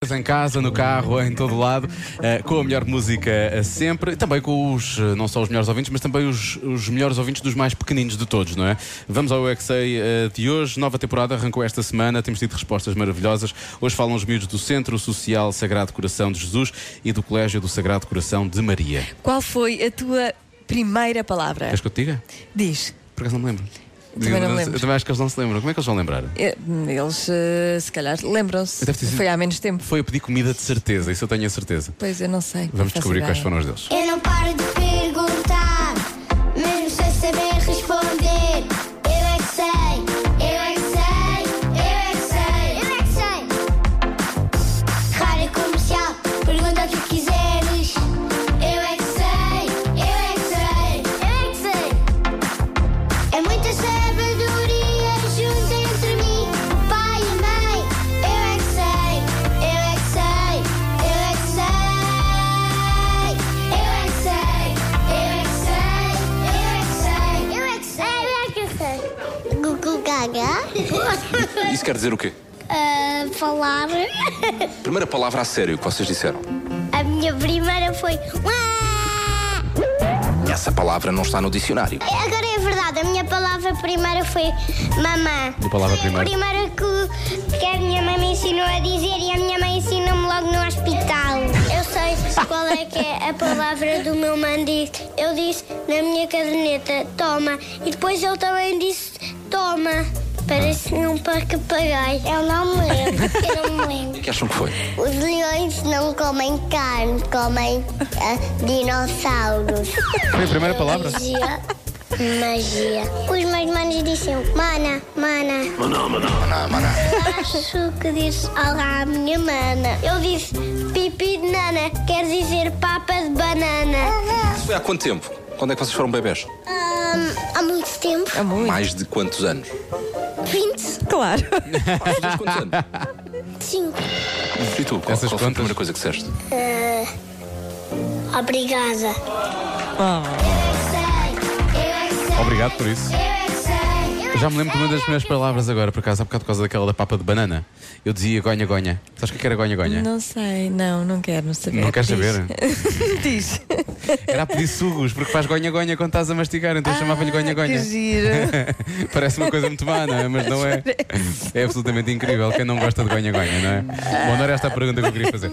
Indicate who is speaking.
Speaker 1: Estás em casa, no carro, em todo lado, eh, com a melhor música eh, sempre, também com os, eh, não só os melhores ouvintes, mas também os, os melhores ouvintes dos mais pequeninos de todos, não é? Vamos ao UXA de hoje, nova temporada, arrancou esta semana, temos tido respostas maravilhosas. Hoje falam os miúdos do Centro Social Sagrado Coração de Jesus e do Colégio do Sagrado Coração de Maria.
Speaker 2: Qual foi a tua primeira palavra?
Speaker 1: Queres que eu te diga?
Speaker 2: Diz.
Speaker 1: Por acaso não me lembro.
Speaker 2: Também não me
Speaker 1: Eu- eu-
Speaker 2: lembro.
Speaker 1: eu também acho que eles não se lembram. Como é que eles vão lembrar?
Speaker 2: Eh, Eles, eh, se calhar, lembram-se.
Speaker 1: Deve ter sido-
Speaker 2: Foi há menos tempo.
Speaker 1: Foi a pedir comida de certeza, isso eu tenho a certeza.
Speaker 2: Pois eu não sei.
Speaker 1: Vamos
Speaker 2: não faço
Speaker 1: descobrir
Speaker 2: ideia.
Speaker 1: quais foram os deles.
Speaker 3: Eu não paro de perguntar, mesmo sem saber responder. Eu é que sei, eu é que sei, eu é que sei, eu é que sei. Rádio comercial, pergunta o que quiseres. Eu é que sei, eu é que sei, eu é que sei. É muita sabedoria junto entre mim, pai e mãe. Eu é que sei, eu é que sei, eu é que sei. Eu é que sei, eu é que sei, eu é que sei, eu é que sei, eu é que sei. Gugu Gaga?
Speaker 4: Isso quer dizer o quê?
Speaker 3: falar.
Speaker 4: Primeira palavra a sério que vocês disseram.
Speaker 3: A minha primeira foi. "Uá".
Speaker 4: Essa palavra não está no dicionário.
Speaker 3: Agora é verdade, a minha palavra primeira foi mamã.
Speaker 1: Tua palavra
Speaker 3: foi
Speaker 1: primeira?
Speaker 3: a primeira que, que a minha mãe me ensinou a dizer e a minha mãe ensinou-me logo no hospital. Eu sei qual é que é a palavra do meu mãe Eu disse na minha caderneta, toma. E depois ele também disse, toma. Parece um parque pagai. Eu não me lembro, eu não me lembro.
Speaker 4: O que acham que foi?
Speaker 3: Os leões não comem carne, comem ah, dinossauros.
Speaker 1: Foi a primeira palavra?
Speaker 3: Magia. Magia. Os meus manos diziam mana, mana.
Speaker 4: Maná, maná.
Speaker 3: Acho que disse olá à minha mana. Eu disse pipi de nana, quer dizer papa de banana.
Speaker 4: Isso foi há quanto tempo? Quando é que vocês foram bebés?
Speaker 3: Ahm, há muito tempo.
Speaker 2: É muito.
Speaker 4: Mais de quantos anos?
Speaker 3: 25.
Speaker 2: Claro.
Speaker 4: Ah, vocês quantos anos? E tu, qual,
Speaker 1: Essas
Speaker 4: qual foi a
Speaker 1: contas?
Speaker 4: primeira coisa que disseste?
Speaker 3: Obrigada.
Speaker 2: Oh,
Speaker 1: Obrigado por
Speaker 3: é
Speaker 1: isso. Já me lembro de uma das minhas palavras agora, por acaso, há bocado por causa daquela da papa de banana. Eu dizia gonha-gonha. Sabes o que é que era gonha-gonha?
Speaker 2: não É sei. Não, não quero saber.
Speaker 1: Não queres
Speaker 2: Diz.
Speaker 1: saber?
Speaker 2: Diz.
Speaker 1: Era a pedir sugos, porque faz gonha-gonha quando estás a mastigar, então eu chamava-lhe
Speaker 2: Ah, Que
Speaker 1: gonha-gonha.
Speaker 2: giro.
Speaker 1: Parece uma coisa muito má, não é? Mas não é. É absolutamente incrível. Quem não gosta de gonha-gonha, não é? Bom, não era esta a pergunta que eu queria fazer.